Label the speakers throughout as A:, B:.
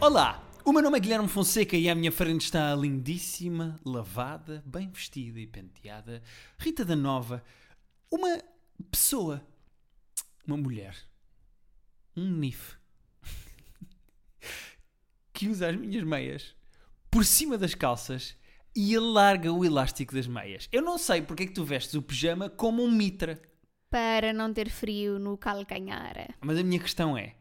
A: Olá, o meu nome é Guilherme Fonseca e à minha frente está a lindíssima, lavada, bem vestida e penteada Rita da Nova, uma pessoa, uma mulher, um nif, que usa as minhas meias por cima das calças e alarga o elástico das meias. Eu não sei porque é que tu vestes o pijama como um mitra,
B: Para não ter frio no calcanhar.
A: mas a minha questão é,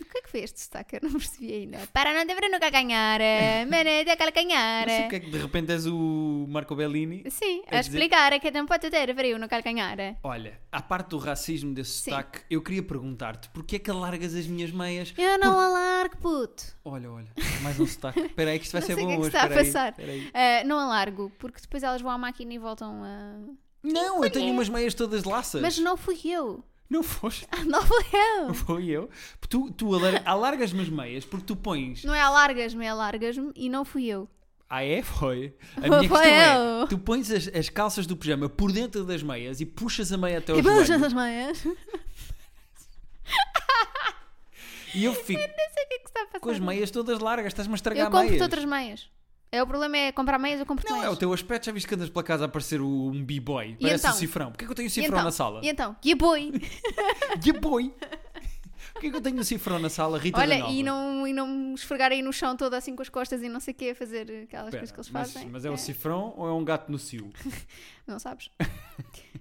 B: O que é que foi este sotaque? Eu não percebi ainda. Para não ter frio no calcanhar. Manete calcanhar.
A: mas porque é que de repente és o Marco Bellini?
B: Sim,
A: É
B: a
A: dizer-
B: explicar que não pode ter frio no calcanhar.
A: Olha, à parte do racismo desse
B: Sim.
A: sotaque, eu queria perguntar-te porquê é que alargas as minhas meias?
B: Eu não alargo, puto.
A: Olha, olha, mais um sotaque. Espera aí que isto vai
B: Não
A: ser
B: sei o
A: bom
B: que é que
A: hoje.
B: está a
A: espera aí,
B: passar.
A: espera aí.
B: Ah, não alargo, porque depois elas vão à máquina e voltam a.
A: Não, eu tenho umas meias todas laças.
B: Mas não fui eu.
A: Não foste,
B: Não fui eu.
A: não foi eu. Tu, tu alar- alargas-me as meias porque tu pões...
B: Não é alargas-me, é alargas-me e não fui eu.
A: Ah é? Foi. A
B: Foi
A: minha questão é,
B: eu.
A: tu pões as, as calças do pijama por dentro das meias e puxas a meia até
B: E
A: o
B: vamos
A: joelho.
B: nas Tipo, meias. Não
A: E eu fico
B: sei o que é que está a passar.
A: com as meias todas largas, estás-me a estragar
B: Eu compro-te
A: meias.
B: outras meias. É, o problema é comprar meias, eu compro
A: Não,
B: meias.
A: é o teu aspecto, já viste que andas pela casa a parecer o- um b-boy, parece
B: então?
A: o cifrão. Porquê que eu tenho o
B: E
A: cifrão
B: então?
A: na Tipo sala?
B: E então? Que boi!
A: Que boy! Porquê que eu tenho o cifrão na sala, Rita da
B: Olha,
A: Nova?
B: e não, é e não me esfregar aí no chão todo assim com as costas e não sei o quê, a fazer aquelas
A: Espera,
B: coisas que eles
A: mas,
B: fazem.
A: mas é um cifrão ou é um gato no cio?
B: Não sabes?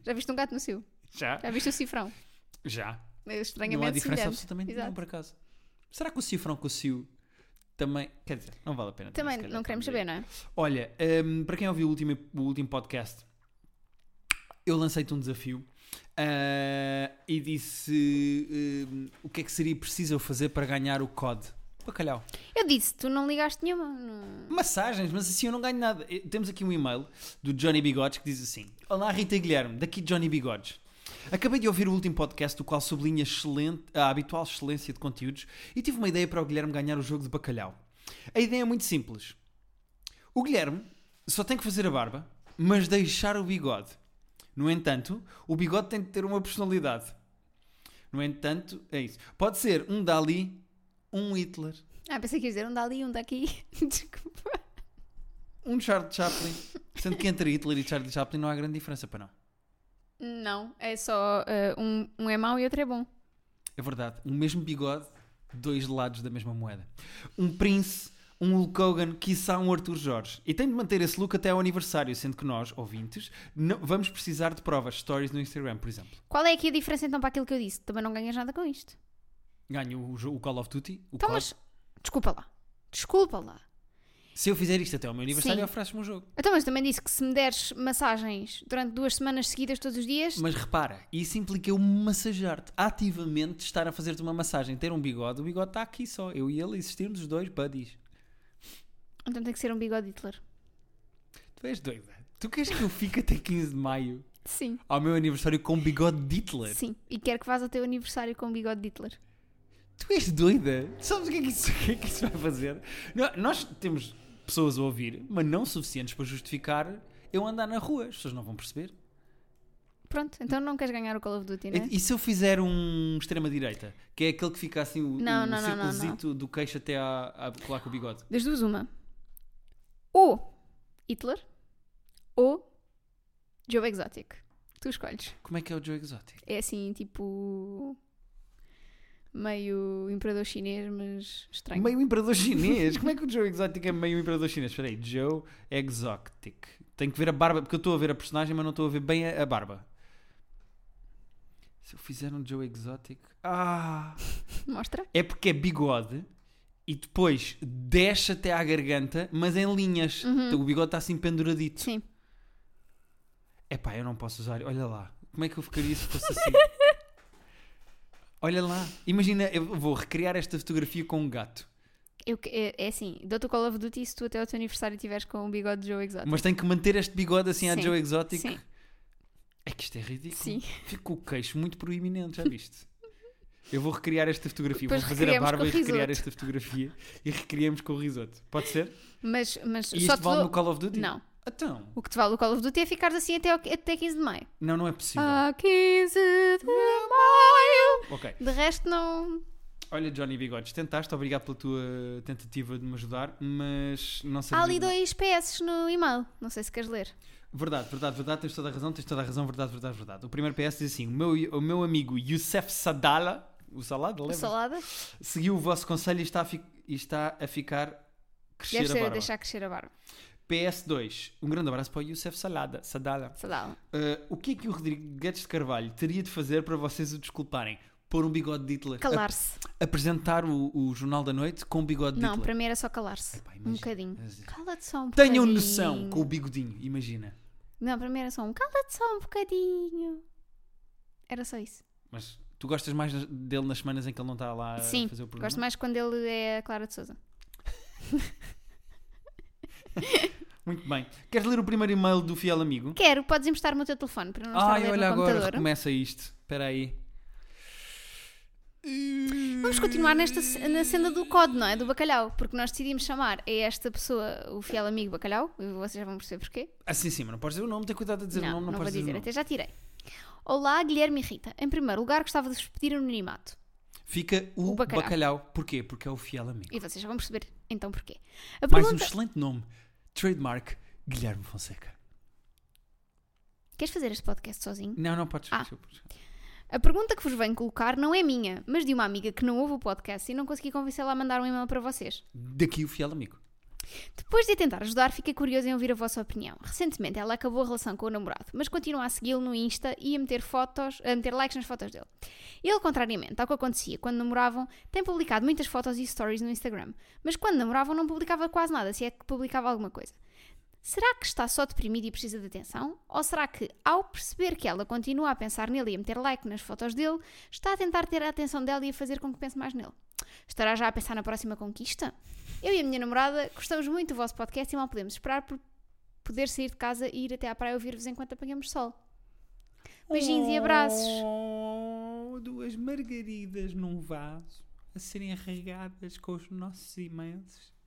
B: Já viste um gato no cio?
A: Já?
B: Já viste o cifrão?
A: Já.
B: É
A: não há
B: Estranhamente
A: diferença
B: semelhante.
A: absolutamente
B: Exato.
A: nenhuma, por acaso. Será que o cifrão com o cio também... Quer dizer, não vale a pena.
B: Também
A: se calhar,
B: não queremos
A: estamos
B: saber, não
A: aí.
B: é?
A: Olha, hum, para quem ouviu o último, o último podcast, eu lancei-te um desafio. ah, e disse hum, o que é que seria preciso eu fazer para ganhar o COD. Bacalhau.
B: Eu disse, tu não ligaste nenhuma. não- é?
A: Massagens, mas assim eu não ganho nada. Eh, Temos aqui um e-mail do Johnny Bigodes que diz assim: Olá Rita e Guilherme, daqui Johnny Bigodes. Acabei de ouvir o último podcast, do qual sublinha excelente- a habitual excelência de conteúdos, e tive uma ideia para o Guilherme ganhar o jogo de bacalhau. A ideia é muito simples. O Guilherme só tem que fazer a barba, mas deixar o bigode. No entanto, o bigode tem de ter uma personalidade. No entanto, é isso. Pode ser um Dali, um Hitler,
B: Ah, pensei que ia dizer um dali, um daqui. Desculpa.
A: um Charles Chaplin. Sendo que entre Hitler e Charles Chaplin não há grande diferença para não.
B: Não, é só eh, um, um é mau e outro é bom.
A: É verdade. O mesmo bigode, dois lados da mesma moeda. Um Prince, um Hulk Hogan, quiçá um Arthur Jorge. E tem de manter esse look até ao aniversário, sendo que nós, ouvintes, não- vamos precisar de provas, stories no Instagram, por exemplo.
B: Qual é aqui a diferença então para aquilo que eu disse? Também não ganhas nada com isto.
A: Ganho o, jo- o Call of Duty, o
B: Então,
A: COD.
B: mas. Desculpa lá. Desculpa lá.
A: Se eu fizer isto até ao meu aniversário,
B: Sim.
A: ofereces-me um jogo.
B: Então, mas também disse que se me deres massagens durante duas semanas seguidas todos os dias,
A: Mas repara, isso implica eu massajar-te, ativamente estar a fazer-te uma massagem, ter um bigode. O bigode está aqui só, eu e ele existirmos os dois buddies.
B: então tem que ser um bigode Hitler.
A: Tu és doida. Tu queres que eu fique até 15 de maio
B: Sim.
A: ao meu aniversário com bigode de Hitler?
B: Sim. E quero que vás ao teu aniversário com um bigode de Hitler.
A: Tu és doida? Sabes o que é que isso, o que é que isso vai fazer? Nó- Nós temos pessoas a ouvir, mas não suficientes para justificar eu andar na rua. As pessoas não vão perceber.
B: Pronto, então não queres ganhar o Call of Duty, né?
A: E, e se eu fizer um extrema-direita? Que é aquele que fica assim, o,
B: Não,
A: o
B: não, não, não, não.
A: circulozito do queixo até à, à colar com o bigode.
B: Das duas, uma. Ou Hitler, ou Joe Exotic. Tu escolhes.
A: Como é que é o Joe Exotic?
B: É assim, tipo. meio imperador chinês, mas estranho.
A: Meio imperador chinês. Como é que o Joe Exotic é meio imperador chinês? Espera aí, Joe Exotic. Tenho que ver a barba, porque eu estou a ver a personagem, mas não estou a ver bem a, a barba. Se eu fizer um Joe Exotic. Ah!
B: Mostra?
A: É porque é bigode e depois desce até à garganta, mas em linhas. Então, o bigode está assim penduradito.
B: Sim.
A: Epá, eu não posso usar. Olha lá. Como é que eu ficaria se fosse assim? Olha lá. Imagina, eu vou recriar esta fotografia com um gato.
B: Eu, que- é, é assim, dou-te o Call of Duty se tu até ao teu aniversário tiveres com um bigode de Joe Exotic.
A: Mas tem que manter este bigode assim à
B: Sim,
A: Joe Exotic.
B: sim.
A: É que isto é ridículo.
B: Sim.
A: Fica com o queixo muito proeminente, já viste? Eu vou recriar esta fotografia.
B: Depois
A: vou fazer a
B: recriamos
A: barba e
B: com o
A: recriar
B: risoto.
A: esta fotografia e recriamos com o risoto. Pode ser?
B: Mas, mas
A: E
B: só
A: isto
B: te
A: vale
B: dou...
A: no Call of Duty?
B: Não.
A: Então.
B: O que te vale o Call of Duty é ficares assim até, ao- até 15 de maio.
A: Não, não é possível.
B: Ah, 15 de maio!
A: Ok.
B: De resto, não.
A: Olha, Johnny Bigodes, tentaste, obrigado pela tua tentativa de me ajudar, mas não sei.
B: Há ali dois PS no e-mail. Não sei se queres ler.
A: Verdade, verdade, verdade, tens toda a razão, tens toda a razão, verdade, verdade, verdade. O primeiro PS diz assim: o meu, o meu amigo Youssef Sadala, o Salada,
B: O
A: lembra?
B: salada?
A: Seguiu o vosso conselho e está a, fi- e está a ficar crescer
B: Deves
A: a
B: ter a
A: barba.
B: deixar crescer a barba.
A: PS2, um grande abraço para o Youssef Salada, Sadala.
B: Salada.
A: Uh, o que é que o Rodrigues de Carvalho teria de fazer para vocês o desculparem? Pôr um bigode de Hitler?
B: Calar-se.
A: Ap- apresentar o, o Jornal da Noite com um bigode de
B: Não,
A: Hitler?
B: para mim era só calar-se.
A: Epá,
B: Um
A: imagina.
B: bocadinho.
A: Mas-
B: Cala-te só um bocadinho.
A: Tenham noção com o bigodinho, imagina.
B: Não, para mim era só um cala-te só um bocadinho. Era só isso.
A: Mas tu gostas mais dele nas semanas em que ele não está lá
B: Sim,
A: a fazer o programa?
B: Gosto mais quando ele é a Clara de Souza.
A: Muito bem. Queres ler o primeiro e-mail do fiel amigo?
B: Quero, podes emprestar-me o teu telefone para eu não estar a
A: Ai,
B: ler
A: olha
B: no
A: agora,
B: computador.
A: recomeça isto. Espera aí.
B: Vamos continuar nesta ce- na cena do code, não é? Do bacalhau. Porque nós decidimos chamar a esta pessoa o fiel amigo bacalhau. E vocês já vão perceber porquê.
A: Ah, sim, sim, mas não podes dizer o nome, tem cuidado a dizer o nome, não,
B: não vou
A: podes
B: dizer.
A: o nome.
B: Até já tirei. Olá, Guilherme e Rita. Em primeiro lugar, gostava de vos pedir anonimato.
A: Fica o,
B: O
A: bacalhau.
B: bacalhau.
A: Porquê? Porque é o fiel amigo.
B: E vocês já vão perceber então porquê. A
A: Mais um
B: pergunta...
A: excelente nome. Trademark Guilherme Fonseca.
B: Queres fazer este podcast sozinho?
A: Não, não podes.
B: Ah.
A: desculpa, desculpa.
B: A pergunta que vos venho colocar não é minha, mas de uma amiga que não ouve o podcast e não consegui convencê-la a mandar um e-mail para vocês.
A: Daqui o fiel amigo.
B: Depois de a tentar ajudar, fiquei curiosa em ouvir a vossa opinião. Recentemente ela acabou a relação com o namorado, mas continua a segui-lo no Insta e a meter fotos, a meter likes nas fotos dele. Ele, contrariamente ao que acontecia quando namoravam, tem publicado muitas fotos e stories no Instagram, mas quando namoravam não publicava quase nada, se é que publicava alguma coisa. Será que está só deprimido e precisa de atenção? Ou será que, ao perceber que ela continua a pensar nele e a meter like nas fotos dele, está a tentar ter a atenção dela e a fazer com que pense mais nele? Estará já a pensar na próxima conquista? Eu e a minha namorada gostamos muito do vosso podcast e mal podemos esperar por poder sair de casa e ir até à praia ouvir-vos enquanto apanhamos sol. Beijinhos e abraços.
A: Oh, duas margaridas num vaso a serem regadas com os nossos e-mails.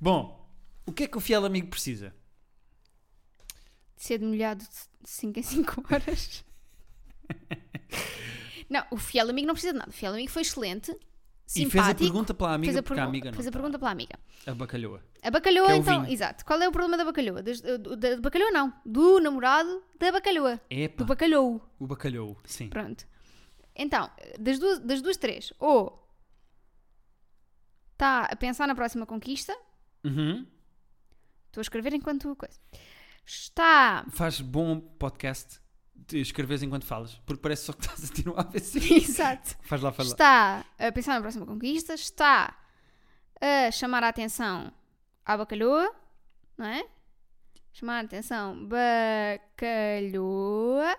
A: Bom, o que é que o fiel amigo precisa?
B: De ser demolhado de 5 em 5 horas. não, o fiel amigo não precisa de nada. O fiel amigo foi excelente,
A: E fez a
B: simpático.
A: pergunta pela amiga,
B: fez a,
A: porque a
B: pergun-
A: amiga não.
B: fez a
A: tá.
B: pergunta pela amiga.
A: A bacalhoa.
B: A bacalhoa,
A: Que é o
B: então,
A: vinho.
B: exato. Qual é o problema da bacalhoa? Das- do- da, da bacalhoa, não. Do namorado da bacalhoa.
A: Epa,
B: Do bacalhou.
A: o bacalhau, sim.
B: Pronto. Então, das duas, das duas três. Ou está a pensar na próxima conquista.
A: Uhum.
B: Estou a escrever enquanto coisa. Está.
A: Faz bom podcast, te escreves enquanto falas, porque parece só que estás a tirar um AVC.
B: Exato.
A: Faz lá, faz lá.
B: Está a pensar na próxima conquista. Está a chamar a atenção à bacalhoa. Não é? Chamar a atenção bacalhoa.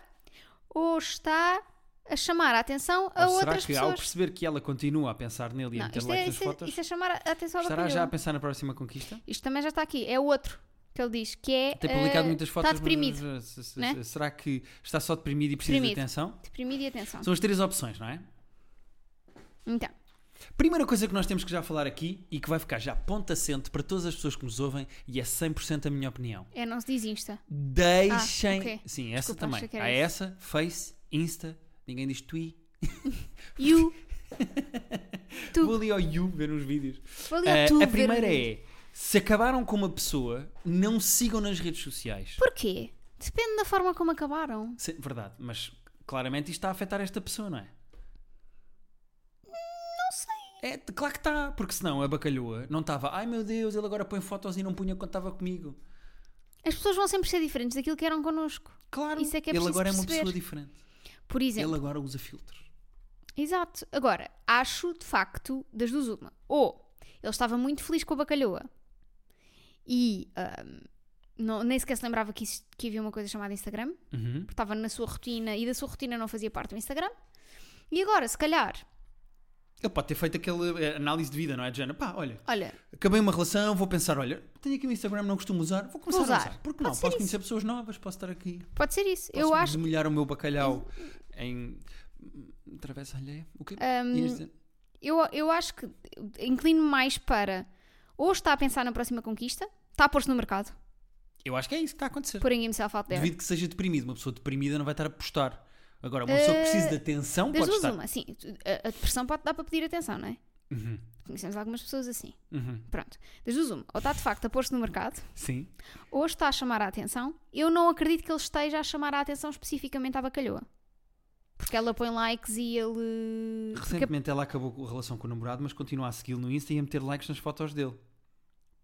B: Ou está a chamar a atenção a
A: Ou será
B: outras
A: que ao
B: pessoas.
A: perceber que ela continua a pensar nele e a
B: Não,
A: meter
B: isto é,
A: likes nas
B: isto, é-
A: fotos,
B: isto é chamar a atenção à
A: estará já a
B: bacalhoa.
A: pensar na próxima conquista?
B: Isto também já está aqui. É o outro que ele diz que é.
A: Tem publicado
B: eh,
A: muitas fotos.
B: Está deprimido.
A: mas, eh, se- se-
B: né?
A: Será que está só deprimido e precisa de
B: Deprimido.
A: atenção?
B: Deprimido e atenção.
A: São as três opções, não é?
B: Então,
A: Primeira coisa que nós temos que já falar aqui e que vai ficar já ponta assente para todas as pessoas que nos ouvem e é 100% a minha opinião.
B: é não se diz Insta.
A: Deixem.
B: Ah, ok.
A: Sim, essa
B: Desculpa, achei que
A: também.
B: era
A: Há
B: isso.
A: essa, Face, Insta, ninguém diz Twi.
B: You. Tu.
A: Vou ali ao You ver uns vídeos.
B: Vou ali ao
A: Ah,
B: tu
A: a
B: ver-
A: primeira é: se acabaram com uma pessoa, não sigam nas redes sociais.
B: Porquê? Depende da forma como acabaram.
A: Se- verdade, mas claramente isto está a afetar esta pessoa, não é?
B: Não sei.
A: É, t- claro que está, porque senão a bacalhoa não estava, ai meu Deus, ele agora põe fotos e não punha quando estava comigo.
B: As pessoas vão sempre ser diferentes daquilo que eram connosco.
A: Claro,
B: Isso é que é
A: ele
B: preciso
A: agora é uma
B: perceber.
A: pessoa diferente.
B: Por exemplo.
A: Ele agora usa filtros.
B: Exato. Agora, acho de facto das duas uma. Ou ele estava muito feliz com a bacalhoa e ahm, não- nem sequer se lembrava que, isso- que havia uma coisa chamada Instagram.
A: Uhum.
B: porque estava na sua rotina e da sua rotina não fazia parte do Instagram. E agora, se calhar,
A: Ele pode ter feito aquela eh, análise de vida, não é, Jana? Pá, olha,
B: olha,
A: acabei uma relação, vou pensar, olha, tenho aqui um Instagram, não costumo usar, vou começar
B: usar.
A: a usar. Porque
B: Pode
A: não?
B: ser
A: Posso
B: isso.
A: conhecer pessoas novas, posso estar aqui,
B: pode ser isso.
A: posso
B: eu acho. Hum.
A: demolhar o meu bacalhau em travessa alheia. O quê? Ias dizer?
B: Eu, eu acho que inclino mais para ou está a pensar na próxima conquista, está a pôr-se no mercado,
A: Eu acho que é isso que está a acontecer.
B: putting himself out there.
A: Duvido que seja deprimido. Uma pessoa deprimida não vai estar a postar Agora, uma pessoa que
B: Eh,
A: precisa de atenção
B: Das
A: pode
B: duas,
A: estar.
B: uma, sim. A, a depressão pode dar para pedir atenção, não é?
A: Uhum,
B: Conhecemos algumas pessoas assim.
A: uhum.
B: Pronto. Das duas, uma. Ou está de facto a pôr-se no mercado,
A: Sim.
B: ou está a chamar a atenção. Eu não acredito que ele esteja a chamar a atenção especificamente à bacalhoa. Porque ela põe likes e ele. porque-
A: Recentemente ela acabou com a relação com o namorado, mas continua a segui-lo no Insta e a meter likes nas fotos dele.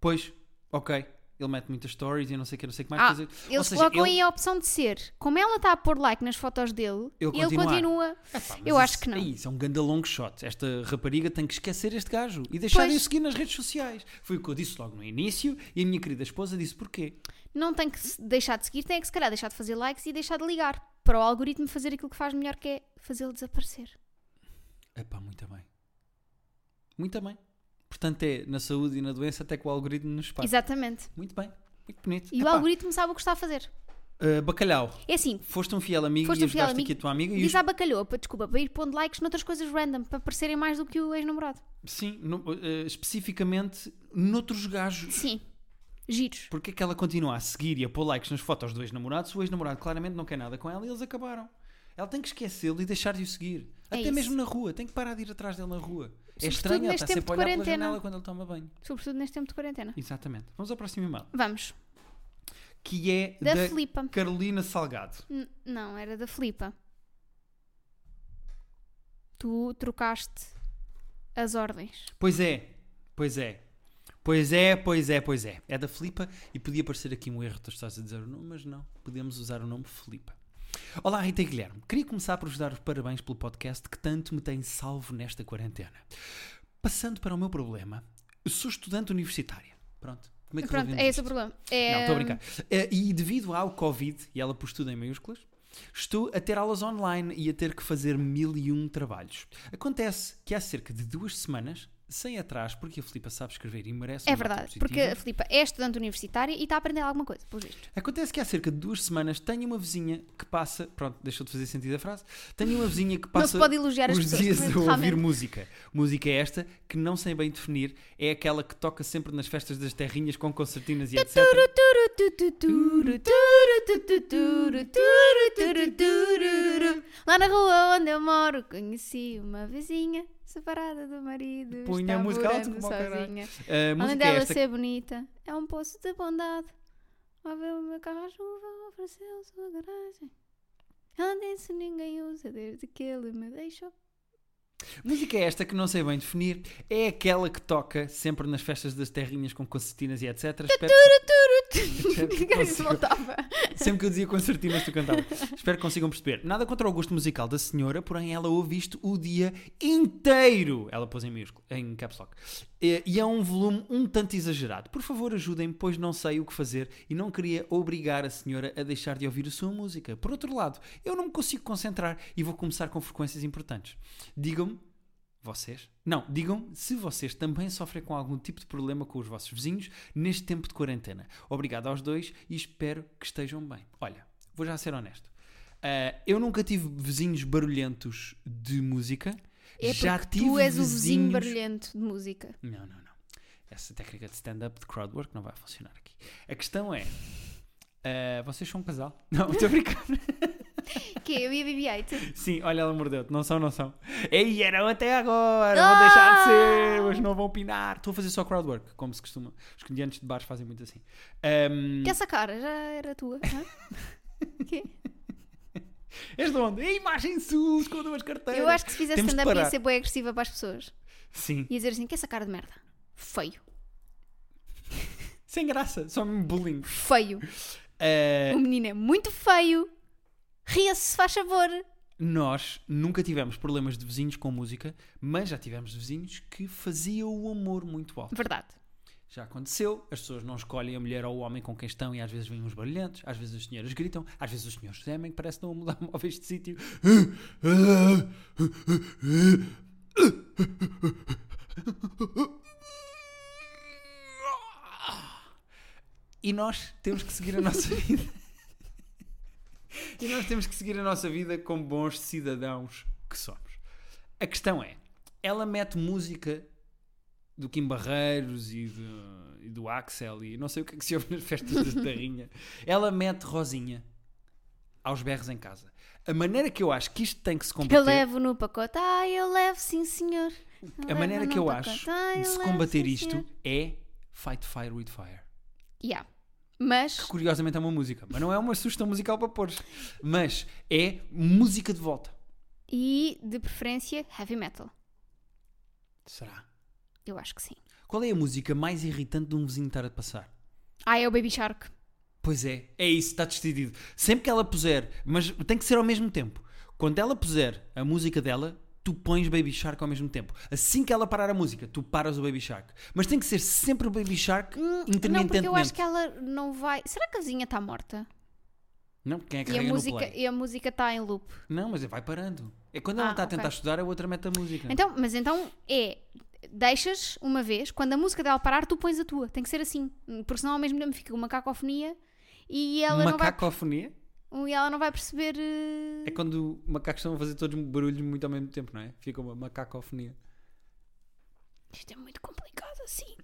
A: Pois, ok. Ele mete muitas stories e não sei o que, não sei o que mais.
B: Ah,
A: quer dizer, ou
B: Eles
A: seja,
B: colocam
A: ele-
B: aí a opção de ser. Como ela está a pôr like nas fotos dele,
A: Ele
B: ele
A: continuar.
B: continua.
A: Epá, mas
B: Eu acho
A: isso-
B: que não.
A: Isso é um ganda long shot. Esta rapariga tem que esquecer este gajo e deixar de
B: Pois.
A: o seguir nas redes sociais. Foi o que eu disse logo no início e a minha querida esposa disse porquê.
B: Não tem que se deixar de seguir, tem é que se calhar deixar de fazer likes e deixar de ligar. Para o algoritmo fazer aquilo que faz melhor, que é fazê-lo desaparecer.
A: Epá, muito bem. Muito bem. Portanto, é na saúde e na doença até que o algoritmo nos paga.
B: Exatamente.
A: Muito bem. Muito bonito.
B: E o
A: Epá,
B: algoritmo sabe o que está a fazer.
A: ah, bacalhau.
B: É assim,
A: Foste um fiel amigo
B: Foste
A: e
B: um fiel
A: ajudaste
B: amigo.
A: aqui a tua amiga. e os
B: diz à bacalhoa, pa- desculpa, para ir pondo likes noutras coisas random, para parecerem mais do que o ex-namorado.
A: Sim, no- eh, especificamente noutros gajos.
B: Sim. Giros.
A: Porque é que ela continua a seguir e a pôr likes nas fotos do ex-namorado se o ex-namorado claramente não quer nada com ela e eles acabaram? Ela tem que esquecê-lo e deixar de o seguir.
B: É
A: Até
B: isso.
A: mesmo na rua. Tem que parar de ir atrás dele na rua. é
B: Sobretudo
A: estranho, ela
B: neste
A: está sempre
B: tempo
A: a
B: de
A: olhar pela
B: quarentena.
A: janela quando ele toma banho.
B: Sobretudo neste tempo de quarentena.
A: Exatamente. Vamos ao próximo e-mail.
B: Vamos.
A: Que é
B: Da,
A: da,
B: Filipa.
A: Carolina Salgado.
B: N- Não, era da Filipa. Tu trocaste as ordens.
A: Pois é, pois é. Pois é, pois é, pois é. É da Filipa e podia parecer aqui um erro, tu estás a dizer o nome, mas não. Podemos usar o nome Filipa. Olá, Rita e Guilherme. Queria começar por vos dar os parabéns pelo podcast que tanto me tem salvo nesta quarentena. Passando para o meu problema, eu sou estudante universitária. Pronto. Como é que
B: Pronto,
A: resolvemos
B: é
A: isto?
B: esse o problema. É,
A: Não, estou a brincar. Eh, E devido ao Covid, e ela pôs tudo em maiúsculas, estou a ter aulas online e a ter que fazer mil e um trabalhos. Acontece que há cerca de duas semanas, sem atrás, porque a Filipa sabe escrever e merece um
B: É
A: uma nota
B: verdade,
A: positiva.
B: porque a Filipa é estudante universitária e está a aprender alguma coisa, pelos vistos.
A: Acontece que há cerca de duas semanas tenho uma vizinha que passa. Pronto, deixou de fazer sentido a frase. Tenho uma vizinha que passa.
B: se pode elogiar as
A: os
B: pessoas,
A: dias
B: mas
A: a ouvir
B: realmente.
A: música. Música esta que não sei bem definir. É aquela que toca sempre nas festas das terrinhas com concertinas e etc.
B: Lá na rua onde eu moro, conheci uma vizinha separada do marido.
A: Punha
B: está
A: a música alto
B: morando
A: como o caralho.
B: sozinha.
A: A
B: Além
A: música é
B: dela
A: esta
B: ser bonita, é um poço de bondade. Ao ver o meu carro à chuva, ofereceu sua garagem. Ela disse: ninguém usa desde que ele me deixou.
A: Música é esta que não sei bem definir, é aquela que toca sempre nas festas das terrinhas com concertinas e etc. Espero que-
B: Turu, turu.
A: Gente,
B: Cara, isso
A: consigo.
B: voltava.
A: sempre que eu dizia concertinas, tu cantava. Espero que consigam perceber. Nada contra o gosto musical da senhora, porém ela ouve isto o dia inteiro. Ela pôs em maiúsculo, em caps lock. E e é um volume um tanto exagerado. Por favor, ajudem-me, pois não sei o que fazer e não queria obrigar a senhora a deixar de ouvir a sua música. Por outro lado, eu não me consigo concentrar e vou começar com frequências importantes. Digam-me vocês? Não, digam se vocês também sofrem com algum tipo de problema com os vossos vizinhos neste tempo de quarentena. Obrigado aos dois e espero que estejam bem. Olha, vou já ser honesto. Ah, eu nunca tive vizinhos barulhentos de música.
B: É
A: já
B: porque
A: tive
B: tu és o vizinho
A: vizinhos-
B: barulhento de música.
A: Não, não, não. Essa técnica de stand-up de crowdwork não vai funcionar aqui. A questão é. ah, vocês são um casal? Não, estou a brincar.
B: É Que eu ia BB-8.
A: Sim, olha, ela mordeu-te. Não são, não são. Ei, eram até agora.
B: Ah!
A: Vão deixar de ser. Hoje não vão pinar. Estou a fazer só crowdwork, como se costuma. Os comediantes de bares fazem muito assim. Ahm,
B: Que essa cara já era tua, não é? Que?
A: és é de onde? Ei, margem sul, com duas carteiras.
B: Eu acho que se fizesse
A: Temos de
B: stand-up ia
A: parar.
B: ser bem agressiva para as pessoas.
A: Sim.
B: Ia dizer assim: que essa cara de merda? Feio.
A: Sem graça. Só me bullying.
B: Feio.
A: Ah,
B: O menino é muito feio. Ria-se, se faz favor.
A: Nós nunca tivemos problemas de vizinhos com música, mas já tivemos vizinhos que faziam o amor muito alto.
B: Verdade.
A: Já aconteceu, as pessoas não escolhem a mulher ou o homem com quem estão e às vezes vêm uns barulhentos, às vezes as senhoras gritam, às vezes os senhores gemem, que parece que estão a mudar móveis de sítio. E nós temos que seguir a nossa vida. E nós temos que seguir a nossa vida como bons cidadãos que somos. A questão é, ela mete música do Kim Barreiros e do, e do Axel e não sei o que é que se ouve nas festas da Terrinha. Ela mete Rosinha aos berros em casa. A maneira que eu acho que isto tem que se
B: Que eu
A: combater,
B: levo no pacote. Ah, eu levo, sim, senhor.
A: a
B: levo
A: maneira
B: no
A: que eu
B: pacote.
A: acho
B: Ah, eu
A: de se
B: levo,
A: combater
B: sim,
A: isto
B: senhor.
A: é Fight Fire with Fire.
B: Yeah. Mas,
A: Que curiosamente é uma música, mas não é uma sugestão musical para pôr. Mas é música de volta.
B: e de preferência, heavy metal.
A: Será?
B: Eu acho que sim.
A: Qual é a música mais irritante de um vizinho estar a passar?
B: Ah, é o Baby Shark.
A: Pois é, é isso, está decidido. Sempre que ela puser, mas tem que ser ao mesmo tempo. Quando ela puser a música dela, tu pões Baby Shark ao mesmo tempo. Assim que ela parar a música, tu paras o Baby Shark. Mas tem que ser sempre o Baby Shark
B: Hum, Não, porque
A: intermitentemente.
B: eu acho que ela não vai. Será que a vizinha está morta?
A: Não, quem é que
B: E a,
A: carrega no
B: música,
A: play?
B: e a música está em loop.
A: Não, mas vai parando. É quando ela
B: Ah,
A: está a tentar
B: ok.
A: estudar, a outra mete a música.
B: Então, mas então é. Deixas uma vez, quando a música dela parar, tu pões a tua. Tem que ser assim. Porque senão ao mesmo tempo fica uma cacofonia e ela,
A: Uma
B: não vai,
A: cacofonia
B: e ela não vai perceber. eh,
A: é quando macacos estão a fazer todos barulhos muito ao mesmo tempo, não é? Fica uma, uma cacofonia.
B: Isto é muito complicado assim.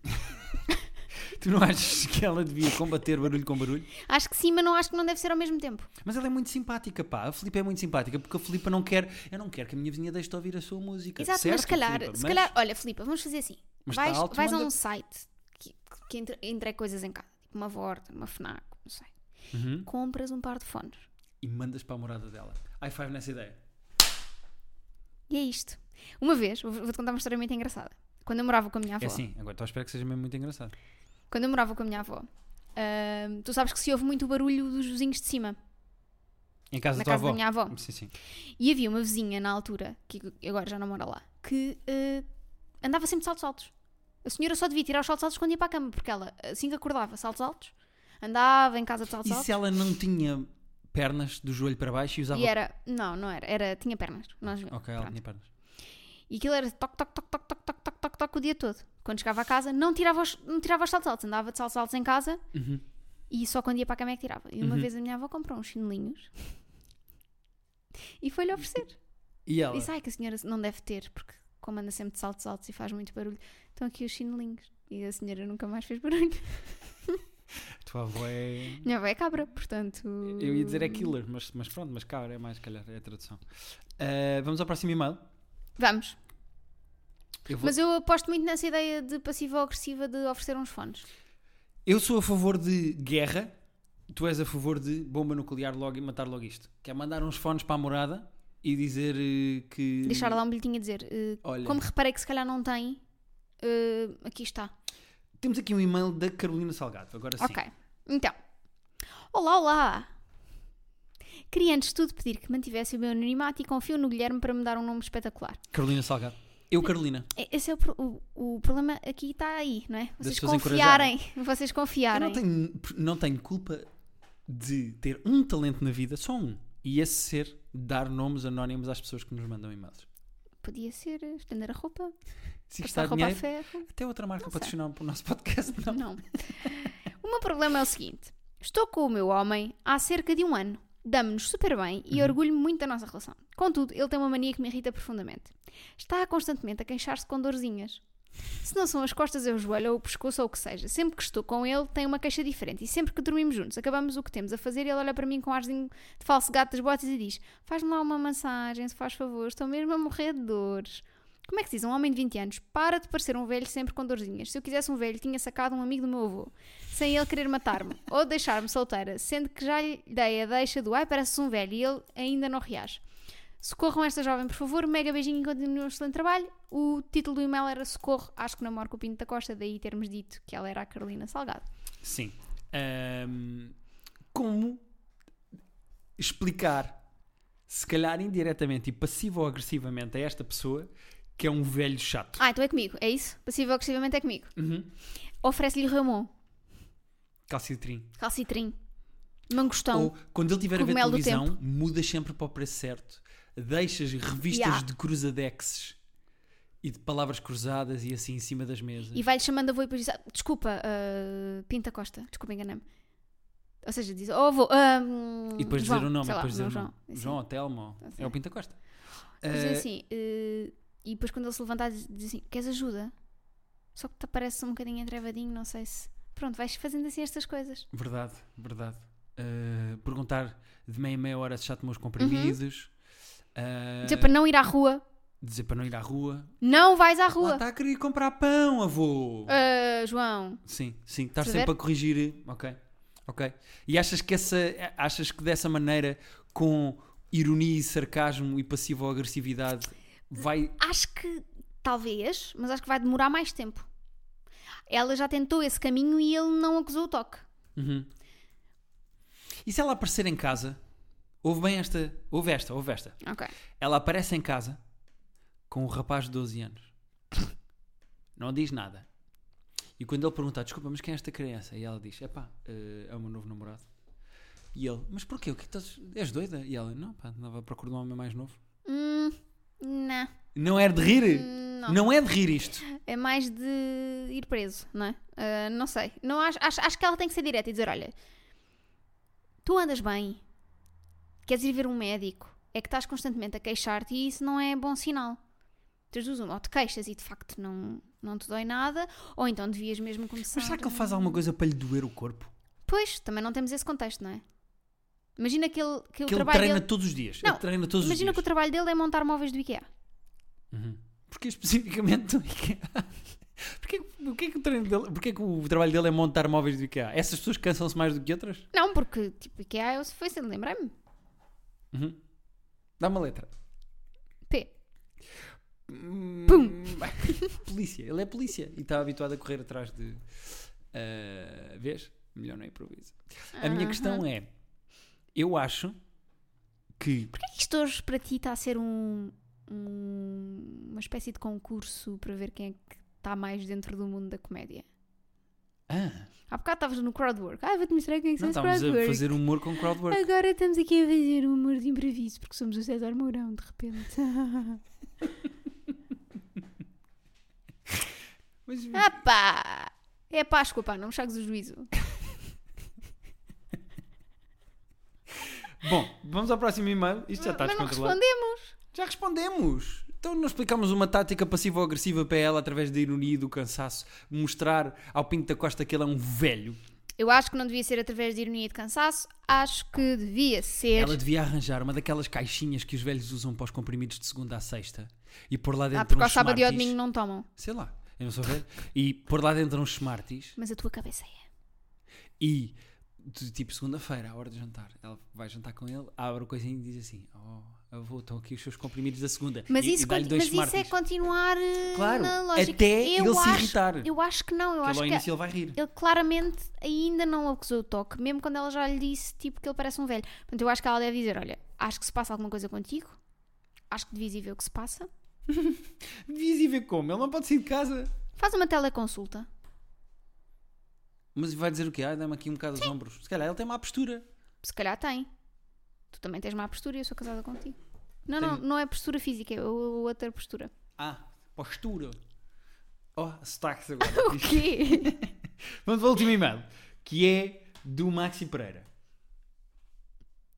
A: Tu não achas que ela devia combater barulho com barulho?
B: Acho que sim, mas não acho que não deve ser ao mesmo tempo.
A: Mas ela é muito simpática, pá. A Filipa é muito simpática porque a Filipa não quer. Eu não quero que a minha vizinha deixe de ouvir a sua música.
B: Exato,
A: Certo,
B: mas se calhar,
A: Filipa,
B: se
A: mas-
B: calhar, olha, Filipa, vamos fazer assim.
A: Mas
B: vais
A: está alto,
B: vais a
A: manda-
B: um site que, que entre, entrega coisas em casa, tipo uma Vorta, uma Fnac, não sei.
A: Uhum.
B: Compras um par de fones.
A: E mandas para a morada dela. High five nessa ideia.
B: E é isto. Uma vez, vou- vou-te contar uma história muito engraçada. Quando eu morava com a minha avó.
A: É assim, agora estou a esperar que seja mesmo muito engraçado.
B: Quando eu morava com a minha avó, ahm, tu sabes que se ouve muito o barulho dos vizinhos de cima,
A: Em casa
B: na
A: da tua
B: casa
A: avó.
B: da minha avó.
A: Sim, sim.
B: E havia uma vizinha na altura, que agora já não mora lá, que eh, andava sempre de saltos altos. A senhora só devia tirar os saltos altos quando ia para a cama, porque ela, assim que acordava, saltos altos, andava em casa de saltos
A: E
B: altos.
A: se ela não tinha pernas do joelho para baixo e usava.
B: E era, não, não era, era tinha pernas. Nós,
A: Ok, ela
B: pronto.
A: tinha pernas.
B: E aquilo era toque, toque, toque, toque, toque, toque, toque, toque, toque o dia todo. Quando chegava a casa, não tirava os, não tirava os saltos altos, andava de saltos altos em casa
A: Uhum.
B: e só quando ia para a cama é que tirava. E uma
A: Uhum.
B: vez a minha avó comprou uns chinelinhos e foi-lhe oferecer.
A: E ela.
B: Disse, ai que a senhora não deve ter, porque como anda sempre de saltos altos e faz muito barulho, estão aqui os chinelinhos. E a senhora nunca mais fez barulho.
A: Tua avó é.
B: Minha avó é cabra, portanto.
A: Eu ia dizer é killer, mas, mas pronto, mas cara, é mais se calhar, é a tradução. Ah, vamos ao próximo e-mail.
B: Vamos.
A: Eu vou-
B: Mas eu aposto muito nessa ideia de passiva ou agressiva de oferecer uns fones.
A: Eu sou a favor de guerra, tu és a favor de bomba nuclear logo e matar logo isto. Que é mandar uns fones para a morada e dizer eh, que.
B: Deixar lá um bilhetinho a dizer. eh,
A: Olha,
B: como reparei que se calhar não tem, eh, aqui está.
A: temos aqui um e-mail da Carolina Salgado, agora sim.
B: Ok. Então. Olá, olá! Queria antes de tudo pedir que mantivesse o meu anonimato e confio no Guilherme para me dar um nome espetacular.
A: Carolina Salgado. Eu, Carolina.
B: É- Esse é o, pro- o, o problema aqui está aí, não é? Vocês
A: pessoas
B: confiarem, vocês
A: Eu
B: confiarem.
A: não tenho, não tenho culpa de ter um talento na vida, só um. E esse ser dar nomes anónimos às pessoas que nos mandam e-mails.
B: Podia ser estender a roupa,
A: Se custar
B: passar roupa é
A: dinheiro,
B: a ferro.
A: até outra marca
B: sei.
A: patrocinar para o nosso podcast, não.
B: Não. o meu problema é o seguinte: estou com o meu homem há cerca de um ano. Damos-nos super bem e orgulho-me muito da nossa relação. Contudo, ele tem uma mania que me irrita profundamente. Está constantemente a queixar-se com dorzinhas. Se não são as costas, é o joelho ou o pescoço ou o que seja. Sempre que estou com ele, tem uma queixa diferente. E sempre que dormimos juntos, acabamos o que temos a fazer e ele olha para mim com um arzinho de falso gato das botas e diz: Faz-me lá uma massagem, se faz favor, estou mesmo a morrer de dores. Como é que se diz a um homem de 20 anos? Para de parecer um velho sempre com dorzinhas. Se eu quisesse um velho, tinha sacado um amigo do meu avô, sem ele querer matar-me ou deixar-me solteira, sendo que já lhe dei a deixa do ai, parece um velho e ele ainda não reage. Socorram esta jovem, por favor. Mega beijinho e continuem um excelente trabalho. O título do e-mail era Socorro, acho que namoro com o Pinto da Costa, daí termos dito que ela era a Carolina Salgado.
A: Sim. Ahm, como explicar, se calhar indiretamente e passivo ou agressivamente, a esta pessoa que é um velho chato?
B: Ah, então é comigo, é isso? Passivo agressivamente é comigo.
A: Uhum.
B: Oferece-lhe Ramon,
A: Calcitrim.
B: calcitrim, mangostão.
A: ou quando ele estiver a ver
B: cogumelo é do
A: televisão, mudas sempre para o preço certo. Deixas revistas
B: Yeah.
A: de cruzadexes e de palavras cruzadas e assim em cima das mesas.
B: E vai-lhe chamando avô e depois diz: "Ah, Desculpa, ah, Pinta Costa, desculpa, enganei-me. Ou seja, diz: Oh, avô, ah, hum,
A: E depois
B: João,
A: dizer o nome,
B: sei lá,
A: depois dizer
B: não,
A: o nome.
B: João, assim.
A: João ou Telmo,
B: Não sei.
A: é o Pinta Costa.
B: Depois diz
A: Ah,
B: assim, eh, e depois quando ele se levantar, diz, diz assim: Queres ajuda? Só que te parece um bocadinho entrevadinho, não sei se. Pronto, vais fazendo assim estas coisas.
A: Verdade, verdade. Ah, ah, perguntar de meia em meia hora se já tomou os
B: Uhum.
A: comprimidos, ah,
B: Dizer para não ir à rua.
A: dizer para não ir à rua.
B: Não vais à
A: Lá
B: rua.
A: está a querer comprar pão, avô!
B: Ah, João.
A: Sim, sim, estar
B: Estás a
A: sempre
B: ver?
A: a corrigir. Ok, ok. E achas que, essa, achas que dessa maneira, com ironia e sarcasmo e passivo-agressividade, vai.
B: Acho que talvez, mas acho que vai demorar mais tempo. Ela já tentou esse caminho e ele não acusou o toque.
A: Uhum. E se ela aparecer em casa? Houve bem esta. Houve esta, houve esta.
B: Ok.
A: Ela aparece em casa com um rapaz de 12 anos. Não diz nada. E quando ele pergunta, desculpa, mas quem é esta criança? E ela diz, epá, eh, é o meu novo namorado. E ele, mas porquê? O que estás... És doida? E ela, não, pá, andava à procura de um homem mais novo.
B: Hum, não.
A: Não é de rir?
B: Hum, Não.
A: Não, é de rir isto.
B: É mais de ir preso, não é? Ah, não sei. Não acho, acho, acho que ela tem que ser direta e dizer: olha, tu andas bem, queres ir ver um médico, é que estás constantemente a queixar-te e isso não é bom sinal. Tens duas uma, ou te queixas e de facto não, não te dói nada, ou então devias mesmo começar.
A: Mas será que ele faz alguma coisa para lhe doer o corpo?
B: Pois, também não temos esse contexto, não é? Imagina que, ele, que o
A: Que ele
B: trabalho
A: treina
B: dele.
A: todos os dias.
B: Não,
A: ele treina todos
B: Imagina
A: os
B: que o
A: dias.
B: trabalho dele é montar móveis do IKEA.
A: Porquê especificamente do IKEA? Porquê, porquê que o treino dele, porquê que o trabalho dele é montar móveis do IKEA? Essas pessoas cansam-se mais do que outras?
B: Não, porque tipo, IKEA eu, foi sem lembrar-me. Uhum.
A: Dá uma letra.
B: P.
A: Pum! polícia, ele é polícia e está habituado a correr atrás de. ah, vês? Melhor não improviso. A minha questão é: eu acho que.
B: Porquê que isto hoje para ti está a ser um, um- uma espécie de concurso para ver quem é que está mais dentro do mundo da comédia?
A: Ah,
B: Há bocado estavas no crowdwork. Ah, vou-te mostrar quem é que
A: não
B: faz
A: estávamos a
B: crowdwork. É.
A: fazer humor com crowdwork.
B: Agora estamos aqui a fazer um humor de improviso porque somos o César Mourão, de repente.
A: Mas,
B: ah pá! É Páscoa, pá, não me chagas o juízo.
A: É Bom, vamos ao próximo e-mail. Isto já está
B: Mas não
A: descontrolado.
B: respondemos.
A: Já respondemos! Então não explicámos uma tática passivo-agressiva para ela através da ironia e do cansaço. Mostrar ao Pinto da Costa que ele é um velho.
B: Eu acho que não devia ser através de ironia e de cansaço. Acho que devia ser.
A: Ela devia arranjar uma daquelas caixinhas que os velhos usam para os comprimidos de segunda a sexta e pôr lá dentro
B: Ah, porque
A: uns
B: ao sábado e ao
A: Smarties.
B: domingo não tomam.
A: Sei lá, eu não sou velho. E pôr lá dentro uns Smarties
B: Mas a tua cabeça é.
A: e, de- tipo, segunda-feira, à hora de jantar, ela vai jantar com ele, abre o coisinho e diz assim: Oh, avô, estão aqui os seus comprimidos da segunda.
B: Mas,
A: e,
B: isso,
A: e dá-lhe
B: conti-
A: dois
B: mas isso é
A: Smarties.
B: continuar eh,
A: Claro,
B: na lógica.
A: até
B: eu
A: ele se
B: acho-
A: irritar.
B: Eu acho que não, eu
A: Porque ele
B: acho
A: ao
B: que
A: início ele vai rir.
B: ele claramente ainda não acusou o toque, mesmo quando ela já lhe disse tipo que ele parece um velho. Portanto, eu acho que ela deve dizer: olha, acho que se passa alguma coisa contigo, acho que devias ir ver o que se passa.
A: Devias ir ver como? Ele não pode sair de casa.
B: Faz uma teleconsulta.
A: Mas vai dizer o quê? Ah, dá-me aqui um bocado os ombros. Se calhar ele tem má postura.
B: Se calhar tem. Tu também tens má postura e eu sou casada contigo. Não,
A: Tenho-
B: não, não é postura física, é o- outra postura.
A: Ah, postura. Oh, sotaques agora.
B: O quê?
A: Vamos ao último e-mail, que é do Maxi Pereira.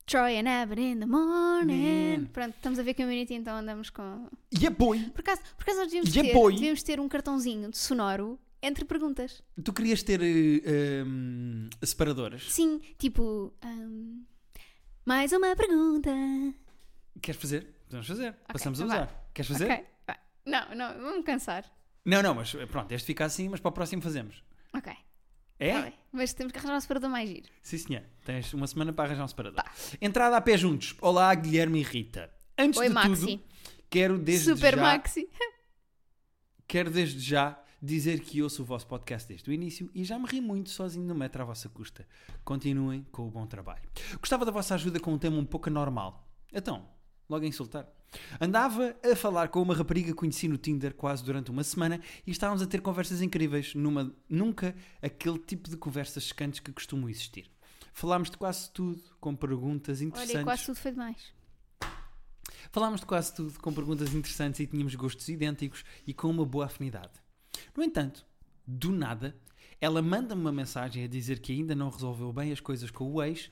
B: Troy and Abner in the morning.
A: Man.
B: Pronto, estamos a ver que um minuto então andamos com.
A: E é apoio.
B: Por acaso, por acaso nós devíamos
A: E é
B: ter,
A: apoio.
B: devíamos ter um cartãozinho de sonoro entre perguntas.
A: Tu querias ter eh, ehm, separadoras?
B: Sim, tipo. hum, mais uma pergunta.
A: Queres fazer? Podemos fazer. Passamos a
B: então
A: usar. Queres fazer?
B: Ok. vai. Não, não, vamos cansar.
A: Não, não, mas eh, pronto, este fica assim, mas para o próximo fazemos.
B: Ok.
A: É?
B: tá bem. Mas temos que arranjar um separador mais giro.
A: Sim, senhor. Tens uma semana para arranjar um separador.
B: Tá.
A: Entrada a pé juntos. Olá, Guilherme e Rita. Antes
B: Oi,
A: de
B: Maxi.
A: tudo, quero desde
B: Super
A: já...
B: Maxi.
A: Quero desde já dizer que ouço o vosso podcast desde o início e já me ri muito sozinho no metro à vossa custa. Continuem com o bom trabalho. Gostava da vossa ajuda com um tema um pouco anormal. Então, logo a insultar. Andava a falar com uma rapariga que conheci no Tinder quase durante uma semana e estávamos a ter conversas incríveis, numa, nunca aquele tipo de conversas secantes que costumam existir. Falámos de quase tudo, com perguntas interessantes.
B: Olha, quase tudo foi demais.
A: Falámos de quase tudo, com perguntas interessantes e tínhamos gostos idênticos e com uma boa afinidade. No entanto, do nada, ela manda-me uma mensagem a dizer que ainda não resolveu bem as coisas com o ex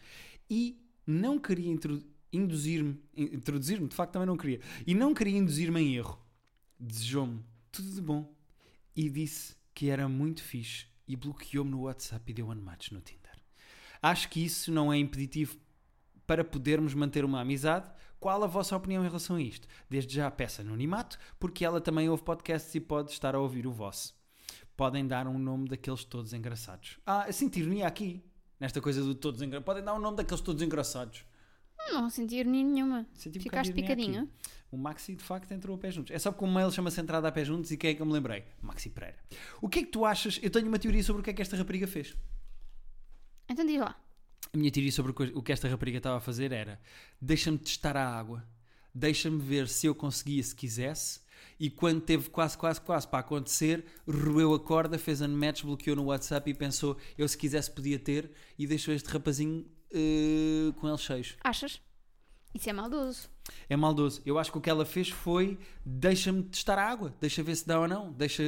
A: e não queria introdu- induzir-me, in- introduzir-me, de facto também não queria, e não queria induzir-me em erro. Desejou-me tudo de bom e disse que era muito fixe e bloqueou-me no WhatsApp e deu unmatch no Tinder. Acho que isso não é impeditivo para podermos manter uma amizade. Qual a vossa opinião em relação a isto? Desde já peço anonimato, porque ela também ouve podcasts e pode estar a ouvir o vosso. Podem dar um nome daqueles todos engraçados. Ah, eu sinto ironia aqui. Nesta coisa do todos engraçados. Podem dar um nome daqueles todos engraçados.
B: Não senti ironia nenhuma.
A: Senti um
B: Ficaste
A: bocado de ironia
B: picadinho.
A: aqui. O Maxi de facto entrou a pé juntos. É só porque o mail chama-se entrada a pé juntos e quem é que eu me lembrei? Maxi Pereira. O que é que tu achas? Eu tenho uma teoria sobre o que é que esta rapariga fez.
B: Então diz lá.
A: A minha teoria sobre o que- o que esta rapariga estava a fazer era: deixa-me testar a água, deixa-me ver se eu conseguia se quisesse, e quando teve quase, quase, quase para acontecer, roeu a corda, fez unmatch, bloqueou no WhatsApp e pensou: eu se quisesse podia ter, e deixou este rapazinho eh, com ele cheios.
B: Achas? Isso é maldoso.
A: É maldoso. Eu acho que o que ela fez foi: deixa-me testar a água, deixa ver se dá ou não, deixa-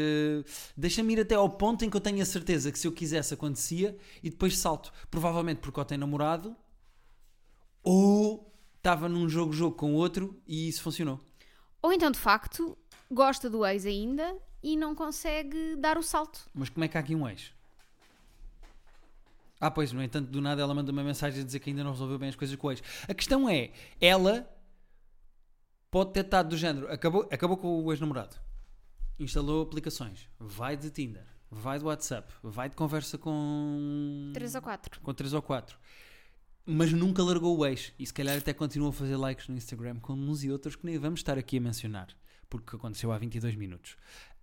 A: deixa-me ir até ao ponto em que eu tenho a certeza que se eu quisesse acontecia e depois salto. Provavelmente porque ou tem namorado ou estava num jogo-jogo com outro e isso funcionou.
B: Ou então, de facto, gosta do ex ainda e não consegue dar o salto.
A: Mas como é que há aqui um ex? Ah, pois, no entanto, do nada ela manda uma mensagem a dizer que ainda não resolveu bem as coisas com o ex. A questão é: ela pode ter estado do género, acabou, acabou com o ex-namorado, instalou aplicações, vai de Tinder, vai de WhatsApp, vai de conversa com.
B: Três ou quatro.
A: com três ou quatro. Mas nunca largou o ex e se calhar até continua a fazer likes no Instagram com uns e outros que nem vamos estar aqui a mencionar, porque aconteceu há 22 minutos.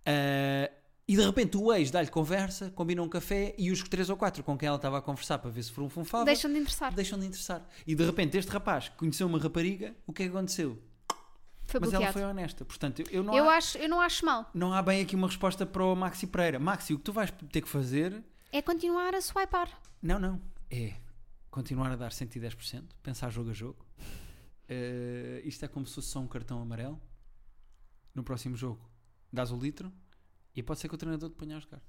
A: Ah, e de repente o ex dá-lhe conversa, combina um café e os três ou quatro com quem ela estava a conversar para ver se foram funfava
B: Deixam de interessar.
A: deixam de interessar. E de repente este rapaz que conheceu uma rapariga, o que é que aconteceu?
B: Foi
A: Mas ela
B: bloqueado.
A: foi honesta, portanto eu, eu não é?
B: Eu,
A: há,
B: acho, eu não acho mal.
A: não há bem aqui uma resposta para o Maxi Pereira. Maxi, o que tu vais ter que fazer
B: É continuar a swipar.
A: Não, não. É continuar a dar 110%, pensar jogo a jogo. Eh, isto é como se fosse só um cartão amarelo. No próximo jogo, dás o litro e pode ser que o treinador te ponha a jogar.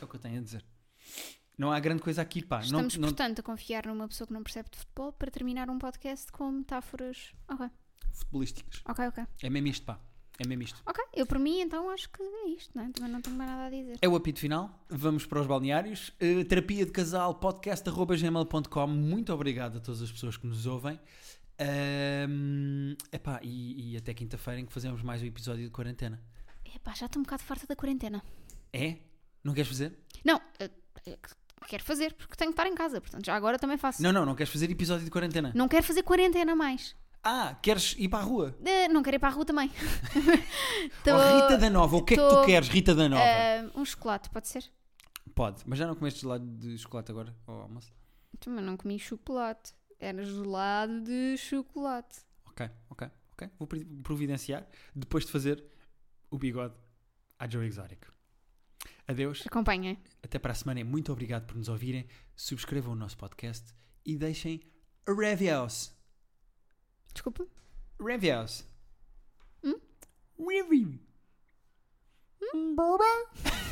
A: É o que eu tenho a dizer. Não há grande coisa aqui, pá. Não,
B: Estamos,
A: não...
B: portanto, a confiar numa pessoa que não percebe de futebol para terminar um podcast com metáforas. Ok,
A: Futebolísticas.
B: ok, ok.
A: É mesmo isto, pá. É mesmo isto.
B: Ok, eu por mim, então acho que é isto, não é? Também não tenho mais nada a dizer.
A: É o apito final. Vamos para os balneários. Eh, terapia de casal, podcast.gmail.com. Muito obrigado a todas as pessoas que nos ouvem. Ahm, epá, e, e até quinta-feira em que fazemos mais um episódio de quarentena.
B: Epá, já estou um bocado farta da quarentena.
A: É? Não queres fazer?
B: Não, eu- eu quero fazer porque tenho que estar em casa, portanto já agora também faço.
A: Não, não, não queres fazer episódio de quarentena.
B: Não quero fazer quarentena mais.
A: Ah, queres ir para a rua?
B: Eh, não quero ir para a rua também. Tô-
A: Oh, Rita da Nova, o que é que tu
B: tô-
A: queres, Rita da Nova?
B: Eh, um chocolate, pode ser?
A: Pode, mas já não comeste gelado de chocolate agora? ao almoço?
B: Também não comi chocolate. Era gelado de chocolate.
A: Ok, ok, ok. Vou pri- providenciar depois de fazer o bigode à Joe Exotic. Adeus.
B: Acompanhem.
A: Até para a semana. e Muito obrigado por nos ouvirem. Subscrevam o nosso podcast e deixem reviews.
B: Desculpa.
A: Reviews.
B: Hum? 嗯
A: Review. Boba.